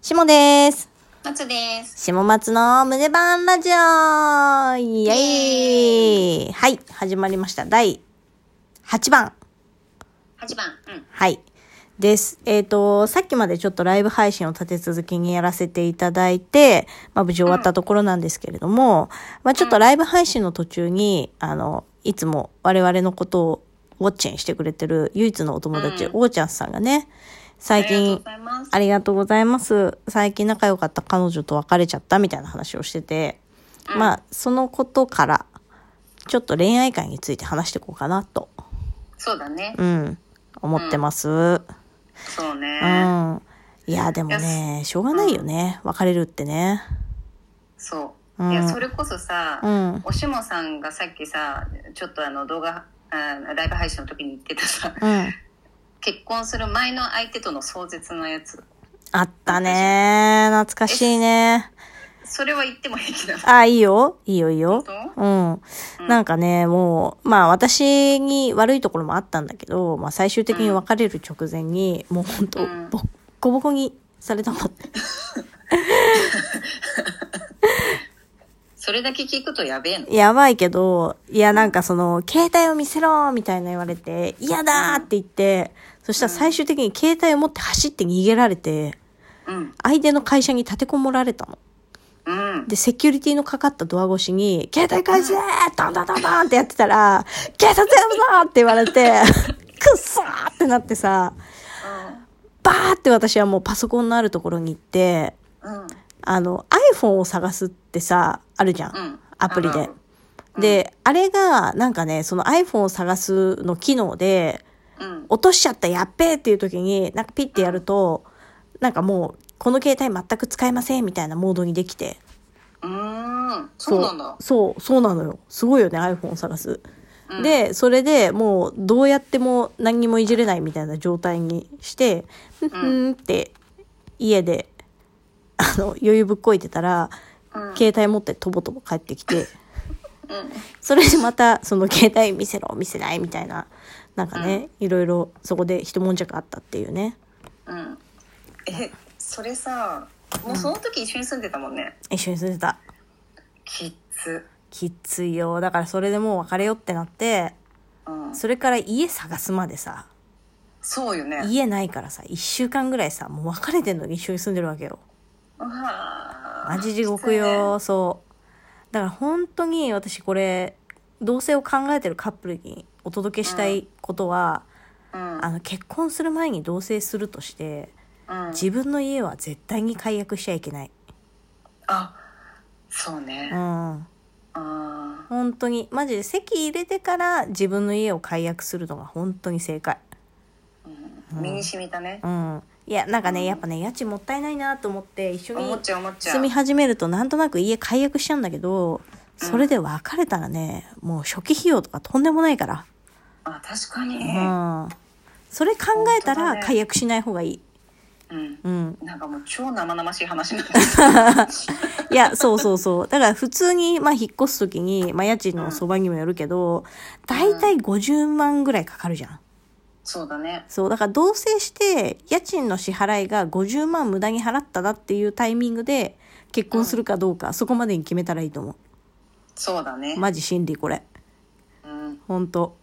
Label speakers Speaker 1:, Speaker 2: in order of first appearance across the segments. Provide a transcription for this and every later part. Speaker 1: しもです。
Speaker 2: 松です。
Speaker 1: しも松の胸バンラジオイエーイはい、始まりました。第8番。
Speaker 2: 八番。うん。
Speaker 1: はい。です。えっ、と、さっきまでちょっとライブ配信を立て続けにやらせていただいて、まあ無事終わったところなんですけれども、まあちょっとライブ配信の途中に、あの、いつも我々のことをウォッチンしてくれてる唯一のお友達、
Speaker 2: うん
Speaker 1: おーちゃんさんがね、最
Speaker 2: ありがと
Speaker 1: 近
Speaker 2: うご、ざいます。
Speaker 1: ありがとうございます。最近仲良かった彼女と別れちゃったみたいな話をしてて、まあ、そのことから、ちょっと恋愛会について話していこうかなと、
Speaker 2: そうだね
Speaker 1: う。ん、思ってます。うん。
Speaker 2: そうね。
Speaker 1: いや、でもね、しょうがないよね。別れるってね。
Speaker 2: そう。
Speaker 1: うん
Speaker 2: いや、それこそさ、
Speaker 1: うん
Speaker 2: おしもさんがさっきさ、ちょっとあの動画、あライブ配信の時に言ってたさ、
Speaker 1: うん。
Speaker 2: 結婚する前の相手との壮絶なやつ。
Speaker 1: あったね。懐かしいね。
Speaker 2: それは言っても平気だ。
Speaker 1: あ、いいよ。いいよ、いいよ。
Speaker 2: 本
Speaker 1: うん。なんかね、もう、まあ私に悪いところもあったんだけど、まあ最終的に別れる直前に、もう本当、
Speaker 2: うん
Speaker 1: ボッコボコにされたもんね。
Speaker 2: それだけ聞くとやべえの。
Speaker 1: やばいけど、いやなんかその、携帯を見せろみたいな言われて、嫌だーって言って、そしたら最終的に携帯を持って走って逃げられて、
Speaker 2: うん。
Speaker 1: 相手の会社に立てこもられたの。
Speaker 2: うん。
Speaker 1: で、セキュリティのかかったドア越しに、携帯返せードンドンドンドンってやってたら、警察呼ぶぞーって言われて、 くっそーってなってさ、バーって私はもうパソコンのあるところに行って、
Speaker 2: うん。
Speaker 1: あの、iPhone を探すってさ、あるじゃん。
Speaker 2: うん
Speaker 1: アプリ
Speaker 2: あ
Speaker 1: で
Speaker 2: る。
Speaker 1: で、あれが、なんかね、その iPhone を探すの機能で、
Speaker 2: うん。
Speaker 1: 落としちゃったやっべーっていう時に、なんかピッてやると、なんかもう、この携帯全く使えませんみたいなモードにできて。
Speaker 2: うん。うん。そうなんだ。
Speaker 1: そう、そうなのよ。すごいよね、iPhone を探す。
Speaker 2: うん
Speaker 1: で、それでもう、どうやっても何にもいじれないみたいな状態にして、ふんふんって、家で、あの、余裕ぶっこいてたら、
Speaker 2: うん。
Speaker 1: 携帯持ってとぼとぼ帰ってきて、
Speaker 2: うん。
Speaker 1: それでまた、その携帯見せろ、見せないみたいな、なんかね、いろいろそこで一悶着あったっていうね。
Speaker 2: うん。え、それさ、もうその時一緒に住んでたもんね。
Speaker 1: 一緒に住んでた。
Speaker 2: キッズ。
Speaker 1: きついよ。だからそれでもう別れようってなって、
Speaker 2: うん。
Speaker 1: それから家探すまでさ、
Speaker 2: そうよね。
Speaker 1: 家ないからさ1週間ぐらいさもう別れてんのに一緒に住んでるわけよ
Speaker 2: うわー
Speaker 1: マジ地獄。よそうだから本当に私これ同棲を考えてるカップルにお届けしたいことは、
Speaker 2: うん。
Speaker 1: あの結婚する前に同棲するとして
Speaker 2: うん、
Speaker 1: 自分の家は絶対に解約しちゃいけない
Speaker 2: あ、そう
Speaker 1: う
Speaker 2: ね。
Speaker 1: ん
Speaker 2: あ
Speaker 1: 本当にマジで籍入れてから自分の家を解約するのが本当に正解
Speaker 2: ー身に染みたね
Speaker 1: う。んいやなんかねやっぱね家賃もったいないなと思って一緒に
Speaker 2: 思っちゃう思っちゃう。
Speaker 1: 住み始めるとなんとなく家解約しちゃうんだけど、それで別れたらね、もう初期費用とかとんでもないから。
Speaker 2: あ、確かに。
Speaker 1: うん。それ考えた
Speaker 2: 本当だ
Speaker 1: ら
Speaker 2: ね
Speaker 1: 解約しない方がいい。
Speaker 2: うん。
Speaker 1: うん。
Speaker 2: なんかもう超生々しい話なんだ
Speaker 1: いや、そうそうそう。 だから普通に、まあ引っ越すときに、まあ家賃のそばにもよるけど、だいたい50万ぐらいかかるじゃん。
Speaker 2: そうだね。
Speaker 1: そう、だから同棲して、家賃の支払いが50万無駄に払ったなっていうタイミングで、結婚するかどうか、そこまでに決めたらいいと思
Speaker 2: そうだね
Speaker 1: う。。マジ心理これ。
Speaker 2: うん。
Speaker 1: 本当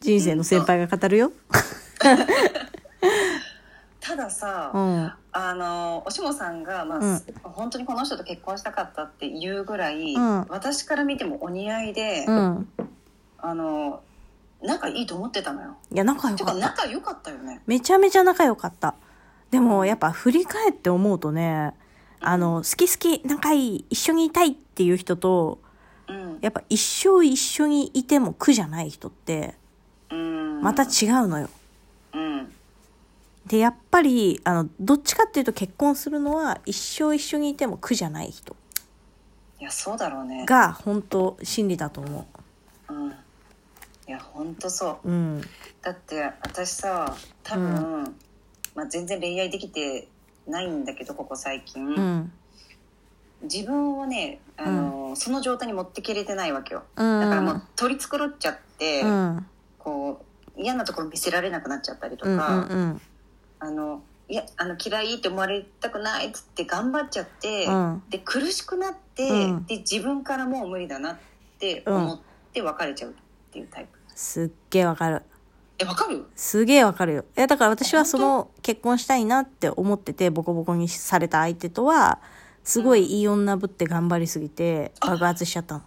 Speaker 1: 人生の先輩が語るよ。
Speaker 2: たださ、
Speaker 1: うん。
Speaker 2: あのおしもさんが、まあ
Speaker 1: うん
Speaker 2: 本当にこの人と結婚したかったっていうぐらい、
Speaker 1: うん
Speaker 2: 私から見てもお似合いで、
Speaker 1: うん。
Speaker 2: あの仲いいと思ってたのよ。
Speaker 1: いや、仲良
Speaker 2: て
Speaker 1: か
Speaker 2: か
Speaker 1: った。
Speaker 2: 仲良かったよね。
Speaker 1: めちゃめちゃ仲良かった。でも、やっぱ振り返って思うとね、あの、好き好き、仲いい、一緒にいたいっていう人と、
Speaker 2: うん。
Speaker 1: やっぱ一生一緒にいても苦じゃない人って、
Speaker 2: うん。
Speaker 1: また違うのよ。
Speaker 2: うん。
Speaker 1: で、やっぱり、あの、どっちかっていうと結婚するのは、一生一緒にいても苦じゃない人
Speaker 2: いやそうだろうね。
Speaker 1: が、本当真理だと思。
Speaker 2: うん。いや本当そう
Speaker 1: うん。
Speaker 2: う。だって私さ多分、まあ全然恋愛できてないんだけどここ最近、
Speaker 1: うん。
Speaker 2: 自分をねあの、その状態に持ってきれてないわけよ。
Speaker 1: うん。
Speaker 2: だからもう取り繕っちゃって、
Speaker 1: うん。
Speaker 2: こう嫌なところ見せられなくなっちゃったりと
Speaker 1: うん。うん。
Speaker 2: か、
Speaker 1: うん。
Speaker 2: あの。いやあの嫌いって思われたくないっつって頑張っちゃって、
Speaker 1: うん
Speaker 2: で苦しくなって、
Speaker 1: うん
Speaker 2: で自分からもう無理だなって思って別れちゃうっていうタイプ、
Speaker 1: すっげえわかる。
Speaker 2: えわかる
Speaker 1: すげえわかるよ。いや、だから私はその結婚したいなって思ってて、ボコボコにされた相手とは、すごいいい女ぶって頑張りすぎて、爆発しちゃったの。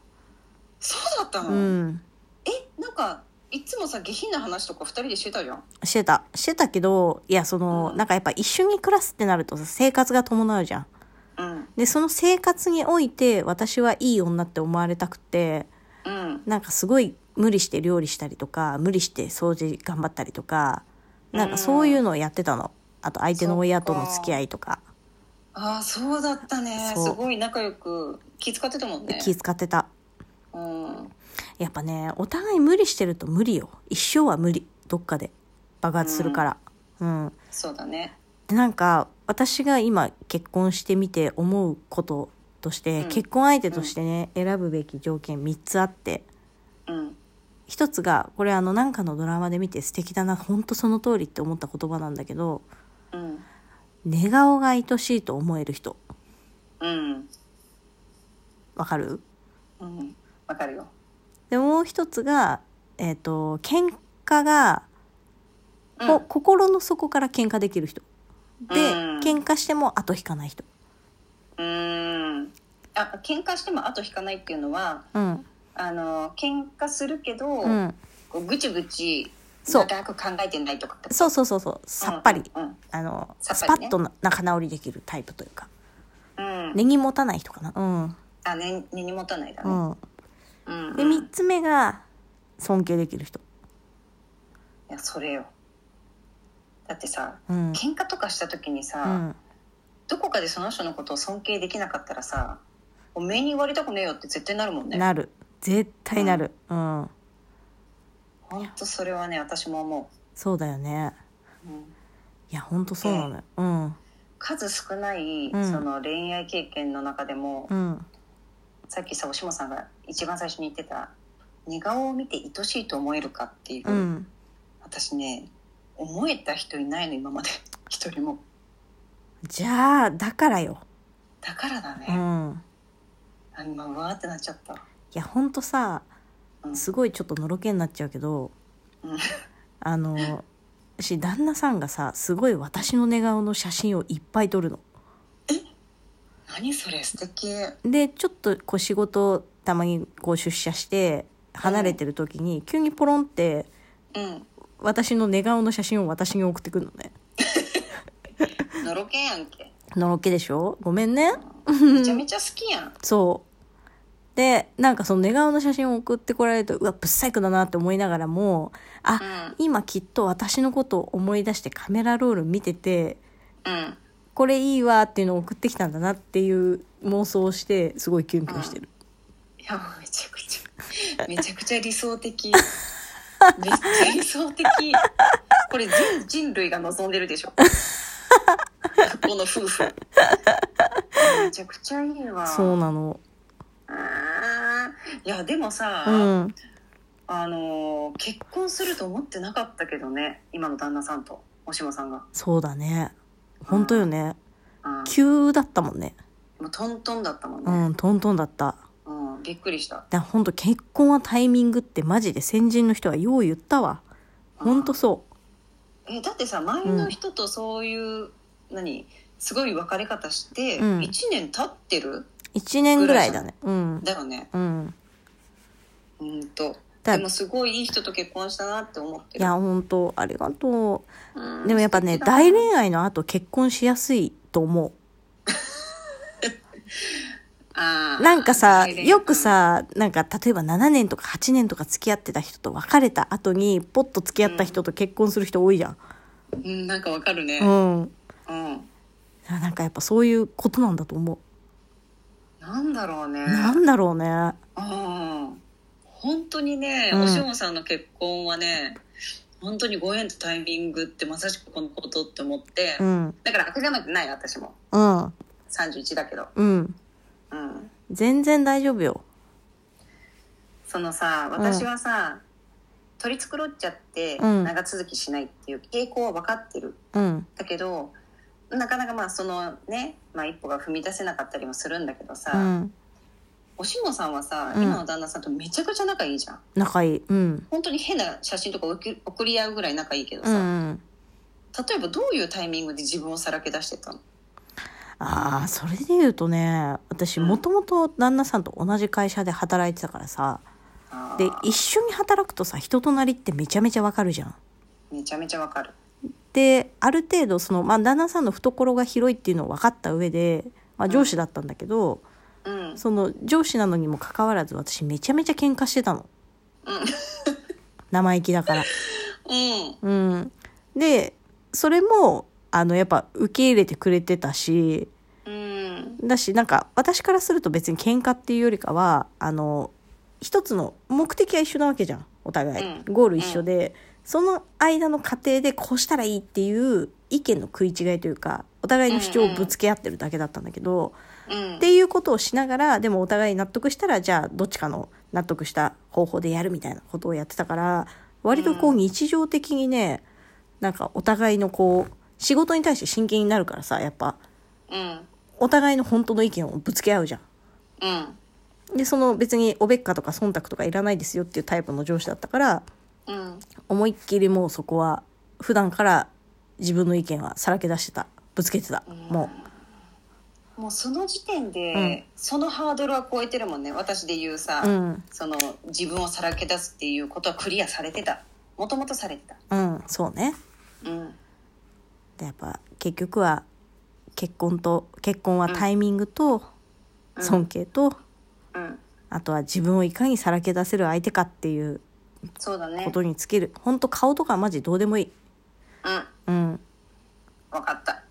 Speaker 2: そうだったの、
Speaker 1: うん。
Speaker 2: えなんかいつもさ下品な話とか2人でしてたじゃん
Speaker 1: してた。してたけど、いや、その、
Speaker 2: うん
Speaker 1: なんかやっぱ一緒に暮らすってなるとさ、生活が伴うじゃん。
Speaker 2: うん
Speaker 1: で、その生活において、私はいい女って思われたくて、
Speaker 2: うん
Speaker 1: なんかすごい無理して料理したりとか、無理して掃除頑張ったりとか、なんかそういうのをやってたの。あと相手の親との付き合いとか。
Speaker 2: ああそうだったね
Speaker 1: そう
Speaker 2: すごい仲良く気遣ってたもんね
Speaker 1: 気使ってた。
Speaker 2: うん
Speaker 1: やっぱね、お互い無理してると無理よ。一生は無理。どっかで爆発するから。うん。
Speaker 2: そうだね
Speaker 1: でなんか、私が今結婚してみて思うこととして、
Speaker 2: うん
Speaker 1: 結婚相手としてね、選ぶべき条件3つあって。
Speaker 2: うん
Speaker 1: 一つが、これあのなんかのドラマで見て素敵だな、ほんとその通りって思った言葉なんだけど、
Speaker 2: うん
Speaker 1: 寝顔が愛しいと思える人。
Speaker 2: うん
Speaker 1: わかる
Speaker 2: うんわかるよ
Speaker 1: で、もう一つが、えっ、と、喧嘩が、
Speaker 2: うん
Speaker 1: こ心の底から喧嘩できる人。で、
Speaker 2: うん
Speaker 1: 喧嘩しても後引かない人。
Speaker 2: うーんあ喧嘩しても後引かないっていうのは
Speaker 1: うん。
Speaker 2: あの喧嘩するけど、
Speaker 1: うん。
Speaker 2: こうぐちぐち
Speaker 1: そう
Speaker 2: 長く考えてないとか
Speaker 1: そうそうそうそう。さっぱり。
Speaker 2: うんうん
Speaker 1: あの、
Speaker 2: さっ
Speaker 1: ス
Speaker 2: ぱ
Speaker 1: パ
Speaker 2: りね
Speaker 1: ッとな仲直りできるタイプというか。
Speaker 2: うん、
Speaker 1: 根に持たない人かな。
Speaker 2: あ根根に持たないだ
Speaker 1: う
Speaker 2: ね、
Speaker 1: ん。うん。
Speaker 2: うんうん
Speaker 1: で、
Speaker 2: い
Speaker 1: 三つ目が、尊敬できる人。
Speaker 2: やそれよだってさ
Speaker 1: うん。
Speaker 2: 喧嘩とかした時に
Speaker 1: う
Speaker 2: さ、
Speaker 1: ん。
Speaker 2: どこかでその人のことを尊敬できなかったらさおめえに言われたくねえよって絶対なるもんね
Speaker 1: なる。絶対なる。うん。
Speaker 2: ほんとそれはね私も思
Speaker 1: そうだよね。
Speaker 2: う、うん
Speaker 1: いや、ほんとそうなのよ。うん。
Speaker 2: 数少ない、
Speaker 1: うん
Speaker 2: その恋愛経験の中でも、
Speaker 1: うん。
Speaker 2: さっきさおしもさんが一番最初に言ってた「似顔を見て愛しいと思えるか」っていう、
Speaker 1: うん。
Speaker 2: 私ね思えた人いないの今まで 一人も
Speaker 1: じゃあ、だからよ。
Speaker 2: だからだ
Speaker 1: う
Speaker 2: ね、
Speaker 1: ん。
Speaker 2: あ今うわーってなっちゃった
Speaker 1: いや、ほんとさ、
Speaker 2: うん
Speaker 1: すごいちょっとのろけになっちゃうけど、
Speaker 2: うん
Speaker 1: あの、私、旦那さんがさ、すごい私の寝顔の写真をいっぱい撮るの。
Speaker 2: 何それ素敵
Speaker 1: で、ちょっとこう仕事、たまにこう出社して、離れてる時に、急にポロンって、
Speaker 2: うん
Speaker 1: 私の寝顔の写真を私に送ってくるのね。
Speaker 2: のろけやん け
Speaker 1: のろけでしょごめんね。
Speaker 2: めちゃめちゃ好きやん
Speaker 1: そう。で、なんかその寝顔の写真を送ってこられると、うわ、ぶっさいくだなって思いながらも、あ、
Speaker 2: うん
Speaker 1: 今きっと私のことを思い出してカメラロール見てて、
Speaker 2: うん
Speaker 1: これいいわっていうのを送ってきたんだなっていう妄想をして、すごいキュンキュンしてる。
Speaker 2: いやもうめちゃくちゃめちゃくちゃ理想 的めっちゃ理想的これ全人類が望んでるでしょこの夫婦めちゃくちゃいいわ
Speaker 1: そうなの。
Speaker 2: あーいやでもさ、
Speaker 1: うん。
Speaker 2: あのー結婚すると思ってなかったけどね今の旦那さんとおしもさんが、
Speaker 1: そうだね。本当よね。
Speaker 2: うん、
Speaker 1: 急だったもんね。
Speaker 2: もうトントンだったもん
Speaker 1: う
Speaker 2: ね、
Speaker 1: ん、トントンだった。
Speaker 2: うんびっくりした
Speaker 1: だ本当結婚はタイミングってマジで先人の人はよう言ったわ。本当そ
Speaker 2: えだってさ周りの人とそういう、何すごい別れ方して、
Speaker 1: うん
Speaker 2: 一1年経ってる
Speaker 1: う。1年ぐらいだね。うん。
Speaker 2: だよね
Speaker 1: うん。
Speaker 2: うんと
Speaker 1: だ
Speaker 2: でもすごいいい人と結婚したなって思って
Speaker 1: い
Speaker 2: る
Speaker 1: や、本当ありがと
Speaker 2: うん
Speaker 1: う。でもやっぱね、
Speaker 2: 素敵だな
Speaker 1: 大恋愛の後結婚しやすいと思
Speaker 2: あ
Speaker 1: う。
Speaker 2: ー
Speaker 1: なんかさ、
Speaker 2: 大恋愛
Speaker 1: よくさ、なんか例えば7年とか8年とか付き合ってた人と別れた後に、ポッと付き合った人と結婚する人多いじゃん。
Speaker 2: うんなんかわかるね
Speaker 1: うん。
Speaker 2: うん
Speaker 1: なんかやっぱそういうことなんだと思
Speaker 2: なんだろうね
Speaker 1: う。なんだろうね。
Speaker 2: うん本当にね、
Speaker 1: うん
Speaker 2: おしもさんの結婚はね本当にご縁とタイミングってまさしくこのことって思って、
Speaker 1: うん。
Speaker 2: だから諦めてない私も
Speaker 1: うん。
Speaker 2: 31だけど
Speaker 1: うん。
Speaker 2: うん
Speaker 1: 全然大丈夫よ。
Speaker 2: そのさ私はさ、取り繕っちゃって
Speaker 1: うん
Speaker 2: 長続きしないっていう傾向は分かってる
Speaker 1: うん。
Speaker 2: だけどなかなかまあそのね、まあ、一歩が踏み出せなかったりもするんだけどさ、
Speaker 1: うん。
Speaker 2: おしもさんはさ、
Speaker 1: うん
Speaker 2: 今の旦那さんとめちゃくちゃ仲いいじゃん
Speaker 1: 仲いい。うん。
Speaker 2: 本当に変な写真とか送り送り合うぐらい仲いいけど
Speaker 1: う
Speaker 2: さ、
Speaker 1: ん。
Speaker 2: 例えばどういうタイミングで自分をさらけ出してたの
Speaker 1: ああ、それで言うとね、私もともと旦那さんと同じ会社で働いてたからさ、
Speaker 2: あ
Speaker 1: で
Speaker 2: ー、
Speaker 1: 一緒に働くとさ、人となりってめちゃめちゃわかるじゃん。
Speaker 2: めちゃめちゃわかる
Speaker 1: である程度その、まあ、旦那さんの懐が広いっていうのを分かった上で、まあ、上司だったんだけど、
Speaker 2: うん
Speaker 1: その上司なのにもかかわらず私めちゃめちゃ喧嘩してたの
Speaker 2: うん
Speaker 1: 生意気だから。
Speaker 2: うん
Speaker 1: うん、でそれもあのやっぱ受け入れてくれてたし
Speaker 2: うん
Speaker 1: だしなんか私からすると別に喧嘩っていうよりかはあの一つの目的は一緒なわけじゃんお互い、
Speaker 2: うん
Speaker 1: ゴール一緒で、その間の過程でこうしたらいいっていう意見の食い違いというかお互いの主張をぶつけ合ってるだけだったんだけど、
Speaker 2: うん
Speaker 1: っていうことをしながらでもお互い納得したらじゃあどっちかの納得した方法でやるみたいなことをやってたから割とこう日常的にねなんかお互いのこう仕事に対して真剣になるからさやっぱ
Speaker 2: うん
Speaker 1: お互いの本当の意見をぶつけ合うじゃん。
Speaker 2: うん
Speaker 1: でその別におべっかとか忖度とかいらないですよっていうタイプの上司だったから
Speaker 2: うん
Speaker 1: 思いっきりもうそこは普段から自分の意見はさらけ出してたぶつけてたも
Speaker 2: もうその時点で、
Speaker 1: うん
Speaker 2: そのハードルは超えてるもんね私で言うさ、
Speaker 1: ううん
Speaker 2: その自分をさらけ出すっていうことはクリアされてたもともとされてた
Speaker 1: うんそうね
Speaker 2: うん
Speaker 1: でやっぱ結局は結婚と結婚はタイミングと
Speaker 2: うん
Speaker 1: 尊敬と、
Speaker 2: うん
Speaker 1: あとは自分をいかにさらけ出せる相手かっていう
Speaker 2: そうだね
Speaker 1: ことに尽きる本当顔とかマジどうでもいい
Speaker 2: うん
Speaker 1: うん
Speaker 2: 分かった